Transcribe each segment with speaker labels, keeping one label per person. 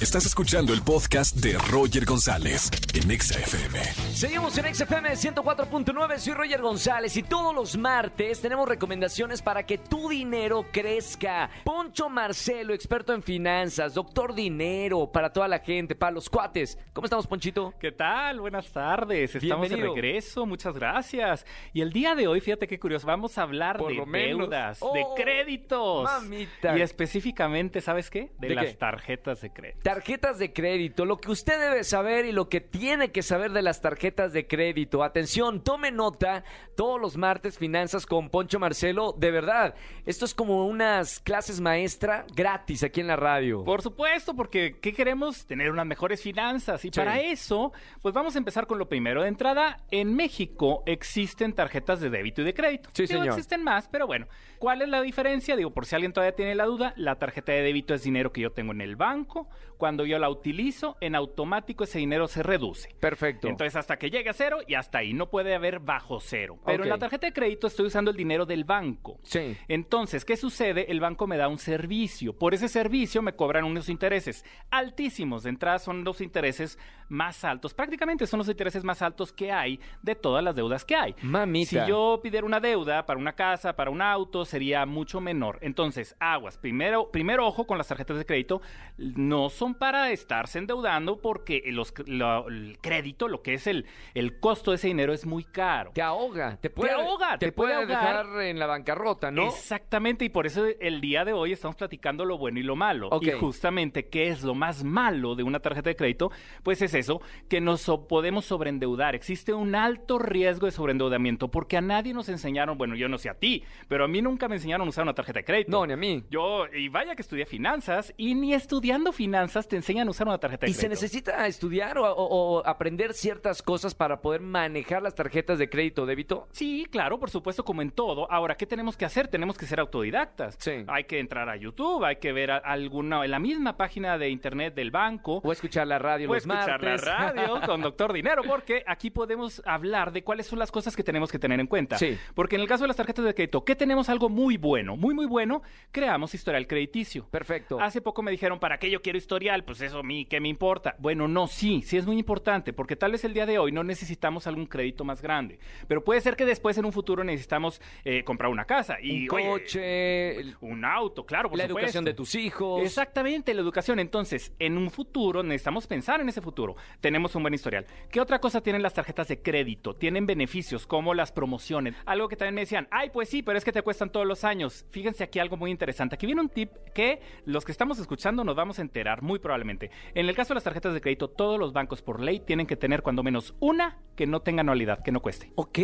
Speaker 1: Estás escuchando el podcast de Roger González en Exa FM.
Speaker 2: Seguimos en XFM 104.9, soy Roger González y todos los martes tenemos recomendaciones para que tu dinero crezca. Poncho Marcelo, experto en finanzas, doctor dinero para toda la gente, para los cuates. ¿Cómo estamos, Ponchito?
Speaker 3: ¿Qué tal? Buenas tardes. Estamos
Speaker 2: Bienvenido.
Speaker 3: de regreso. Muchas gracias. Y el día de hoy, fíjate qué curioso, vamos a hablar
Speaker 2: Por
Speaker 3: de
Speaker 2: lo menos.
Speaker 3: deudas,
Speaker 2: Oh,
Speaker 3: de créditos.
Speaker 2: mamita.
Speaker 3: Y específicamente, ¿sabes qué? De,
Speaker 2: ¿De
Speaker 3: las
Speaker 2: qué?
Speaker 3: tarjetas de crédito.
Speaker 2: Tarjetas de crédito, lo que usted debe saber y lo que tiene que saber de las tarjetas de crédito. Atención, tome nota, todos los martes finanzas con Poncho Marcelo, de verdad, esto es como unas clases maestra gratis aquí en la radio.
Speaker 3: Por supuesto, porque ¿qué queremos? Tener unas mejores finanzas. Y
Speaker 2: Sí.
Speaker 3: para eso, pues vamos a empezar con lo primero. De entrada, en México existen tarjetas de débito y de crédito.
Speaker 2: Sí,
Speaker 3: Digo,
Speaker 2: señor.
Speaker 3: existen más, pero bueno. ¿Cuál es la diferencia? Digo, por si alguien todavía tiene la duda, la tarjeta de débito es dinero que yo tengo en el banco. Cuando yo la utilizo, en automático ese dinero se reduce.
Speaker 2: Perfecto.
Speaker 3: Entonces, hasta que llegue a cero y hasta ahí. No puede haber bajo cero. Pero en
Speaker 2: Ok.
Speaker 3: la tarjeta de crédito estoy usando el dinero del banco.
Speaker 2: sí.
Speaker 3: Entonces, ¿qué sucede? El banco me da un servicio. Por ese servicio me cobran unos intereses altísimos. De entrada son los intereses más altos. Prácticamente son los intereses más altos que hay de todas las deudas que hay.
Speaker 2: Mamita.
Speaker 3: Si yo pidiera una deuda para una casa, para un auto, sería mucho menor. Entonces, aguas. Primero, primero ojo con las tarjetas de crédito. No son para estarse endeudando porque los- lo- el crédito, lo que es el, el costo de ese dinero es muy caro.
Speaker 2: Te ahoga, te puede,
Speaker 3: ahoga,
Speaker 2: te
Speaker 3: te puede
Speaker 2: puede
Speaker 3: ahogar.
Speaker 2: dejar en la bancarrota, ¿no?
Speaker 3: Exactamente, y por eso el día de hoy estamos platicando lo bueno y lo malo.
Speaker 2: Ok.
Speaker 3: Y justamente, ¿qué es lo más malo de una tarjeta de crédito? Pues es eso, que nos so- podemos sobreendeudar. Existe un alto riesgo de sobreendeudamiento, porque a nadie nos enseñaron, bueno, yo no sé a ti, pero a mí nunca me enseñaron a usar una tarjeta de crédito.
Speaker 2: No, ni a mí.
Speaker 3: Yo, y vaya que estudié finanzas, y ni estudiando finanzas te enseñan a usar una tarjeta de
Speaker 2: ¿Y
Speaker 3: crédito.
Speaker 2: se necesita estudiar o, o- o aprender ciertas cosas para poder manejar las tarjetas de crédito o débito?
Speaker 3: Sí, claro, por supuesto, como en todo. Ahora, ¿qué tenemos que hacer? Tenemos que ser autodidactas.
Speaker 2: Sí.
Speaker 3: Hay que entrar a YouTube, hay que ver a- alguna, en la misma página de internet del banco.
Speaker 2: O escuchar la radio
Speaker 3: o
Speaker 2: los
Speaker 3: escuchar
Speaker 2: martes.
Speaker 3: la radio con Doctor Dinero, porque aquí podemos hablar de cuáles son las cosas que tenemos que tener en cuenta.
Speaker 2: Sí.
Speaker 3: Porque en el caso de las tarjetas de crédito, ¿qué tenemos algo muy bueno? Muy, muy bueno, creamos historial crediticio.
Speaker 2: Perfecto.
Speaker 3: Hace poco me dijeron, ¿para qué yo quiero historial? Pues eso a mí, ¿qué me importa? Bueno, no, sí, sí es muy importante, porque tal vez el día de hoy no necesitamos algún crédito más grande, pero puede ser que después en un futuro necesitamos eh, comprar una casa y
Speaker 2: un
Speaker 3: oye,
Speaker 2: coche, el-
Speaker 3: un auto, claro, por
Speaker 2: la
Speaker 3: supuesto.
Speaker 2: educación de tus hijos.
Speaker 3: Exactamente, la educación. Entonces, en un futuro, necesitamos pensar en ese futuro. Tenemos un buen historial. ¿Qué otra cosa tienen las tarjetas de crédito? Tienen beneficios como las promociones. Algo que también me decían, ay, pues sí, pero es que te cuestan todos los años. Fíjense aquí algo muy interesante. Aquí viene un tip que los que estamos escuchando nos vamos a enterar muy probablemente. En el caso de las tarjetas de crédito, todos los bancos por ley tienen que tener cuando menos una que no tenga anualidad, que no cueste.
Speaker 2: Ok.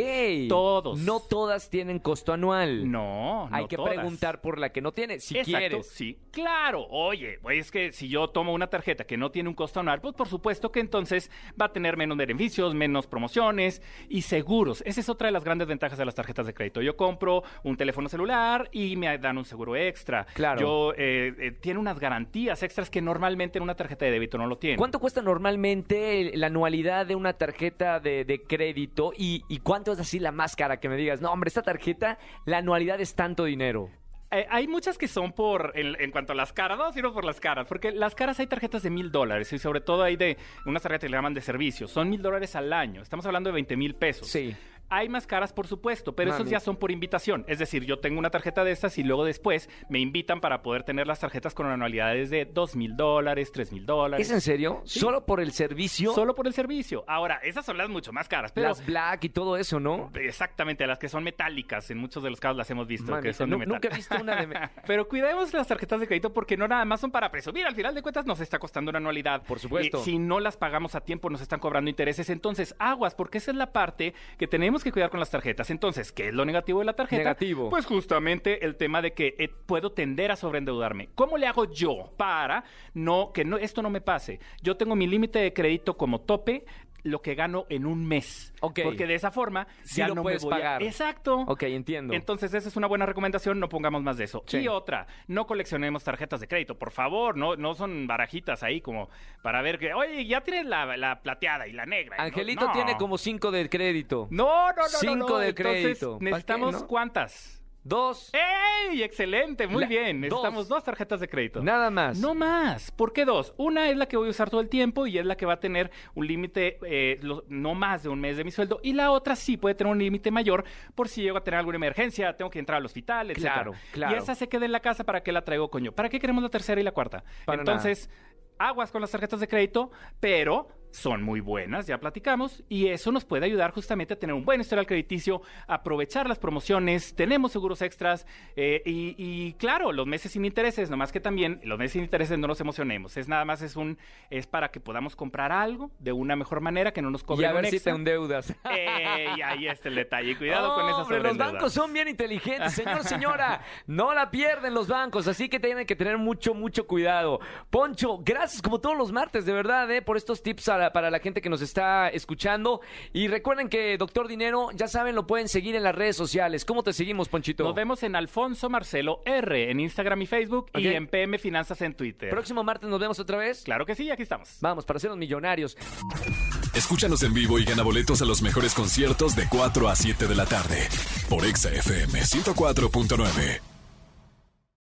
Speaker 3: Todos.
Speaker 2: No todas tienen costo anual.
Speaker 3: No, no
Speaker 2: Hay que
Speaker 3: todas.
Speaker 2: preguntar por la que no tiene, si
Speaker 3: Exacto,
Speaker 2: quieres.
Speaker 3: Sí, claro. Oye, güey, es que si yo tomo una tarjeta que no tiene un costo anual, pues por supuesto que entonces va a tener menos beneficios, menos promociones y seguros. Esa es otra de las grandes ventajas de las tarjetas de crédito. Yo compro un teléfono celular y me dan un seguro extra.
Speaker 2: Claro.
Speaker 3: Yo eh, eh, tiene unas garantías extras que normalmente en una tarjeta de débito no lo tiene.
Speaker 2: ¿Cuánto cuesta normalmente el- la anualidad de una tarjeta de, de crédito? ¿Y, ¿Y cuánto es así la más cara? Que me digas, no, hombre, esta tarjeta, la anualidad es tanto dinero.
Speaker 3: Eh, hay muchas que son por, en, en cuanto a las caras, vamos a irnos por las caras, porque las caras hay tarjetas de mil dólares y sobre todo hay de unas tarjetas que le llaman de servicio, son mil dólares al año, estamos hablando de 20 mil pesos.
Speaker 2: Sí.
Speaker 3: Hay más caras, por supuesto, pero
Speaker 2: Mami.
Speaker 3: esos ya son por invitación. Es decir, yo tengo una tarjeta de estas y luego después me invitan para poder tener las tarjetas con anualidades de dos mil dólares, tres mil
Speaker 2: ¿Es
Speaker 3: dólares.
Speaker 2: en serio? ¿Solo por el servicio?
Speaker 3: Solo por el servicio. Ahora, esas son las mucho más caras, pero...
Speaker 2: Las black y todo eso, ¿no?
Speaker 3: Exactamente, las que son metálicas. En muchos de los casos las hemos visto.
Speaker 2: Mamita,
Speaker 3: que son
Speaker 2: nu-
Speaker 3: de metal.
Speaker 2: nunca he visto una de... me-
Speaker 3: Pero cuidemos las tarjetas de crédito porque no nada más son para presumir. Al final de cuentas nos está costando una anualidad.
Speaker 2: Por supuesto.
Speaker 3: Eh, si no las pagamos a tiempo nos están cobrando intereses. Entonces, aguas, porque esa es la parte que tenemos que cuidar con las tarjetas. Entonces, ¿qué es lo negativo de la tarjeta?
Speaker 2: Negativo.
Speaker 3: Pues justamente el tema de que eh, puedo tender a sobreendeudarme. ¿Cómo le hago yo para no que no, esto no me pase? Yo tengo mi límite de crédito como tope lo que gano en un mes.
Speaker 2: Ok.
Speaker 3: Porque de esa forma
Speaker 2: Sí
Speaker 3: ya
Speaker 2: lo
Speaker 3: no me
Speaker 2: puedes
Speaker 3: voy a-
Speaker 2: pagar.
Speaker 3: Exacto.
Speaker 2: Ok, entiendo.
Speaker 3: Entonces, esa es una buena recomendación, no pongamos más de eso.
Speaker 2: Sí.
Speaker 3: Y otra, no coleccionemos tarjetas de crédito, por favor, no, no son barajitas ahí como para ver que, oye, ya tienes la, la plateada y la negra. y no-
Speaker 2: Angelito
Speaker 3: no.
Speaker 2: tiene como cinco de crédito.
Speaker 3: No, no, no, no,
Speaker 2: cinco
Speaker 3: no,
Speaker 2: de
Speaker 3: entonces,
Speaker 2: crédito. ¿Para qué,
Speaker 3: ¿Necesitamos
Speaker 2: no?
Speaker 3: cuántas?
Speaker 2: dos,
Speaker 3: ¡Ey! Excelente, muy
Speaker 2: La-
Speaker 3: bien.
Speaker 2: dos.
Speaker 3: Necesitamos dos tarjetas de crédito.
Speaker 2: nada más.
Speaker 3: No más. ¿Por qué dos? Una es la que voy a usar todo el tiempo y es la que va a tener un límite eh, lo- no más de un mes de mi sueldo. Y la otra sí puede tener un límite mayor por si llego a tener alguna emergencia, tengo que entrar al hospital, etc.
Speaker 2: Claro, claro.
Speaker 3: Y esa se queda en la casa para qué la traigo, coño. ¿Para qué queremos la tercera y la cuarta?
Speaker 2: Para nada.
Speaker 3: Entonces, aguas con las tarjetas de crédito, pero son muy buenas, ya platicamos, y eso nos puede ayudar justamente a tener un buen historial crediticio, aprovechar las promociones, tenemos seguros extras, eh, y, y claro, los meses sin intereses, nomás que también los meses sin intereses no nos emocionemos, es nada más es un, es para que podamos comprar algo de una mejor manera, que no nos
Speaker 2: y
Speaker 3: cobren
Speaker 2: a ver
Speaker 3: un
Speaker 2: si te
Speaker 3: extra.
Speaker 2: endeudas.
Speaker 3: Ey, ahí está el detalle, cuidado con esas
Speaker 2: Hombre, los
Speaker 3: sobreendeudas.
Speaker 2: bancos son bien inteligentes, señor, señora. No la pierden los bancos, así que tienen que tener mucho, mucho cuidado. Poncho, gracias como todos los martes, de verdad, eh, por estos tips a la- para la gente que nos está escuchando. Y recuerden que Doctor Dinero, ya saben, lo pueden seguir en las redes sociales. ¿Cómo te seguimos, Ponchito?
Speaker 3: Nos vemos en Alfonso Marcelo R en Instagram y Facebook y
Speaker 2: Ok.
Speaker 3: en PM Finanzas en Twitter.
Speaker 2: Próximo martes nos vemos otra vez.
Speaker 3: Claro que sí, aquí estamos.
Speaker 2: Vamos, para ser los millonarios.
Speaker 1: Escúchanos en vivo y gana boletos a los mejores conciertos de 4 a 7 de la tarde por Exa FM 104.9.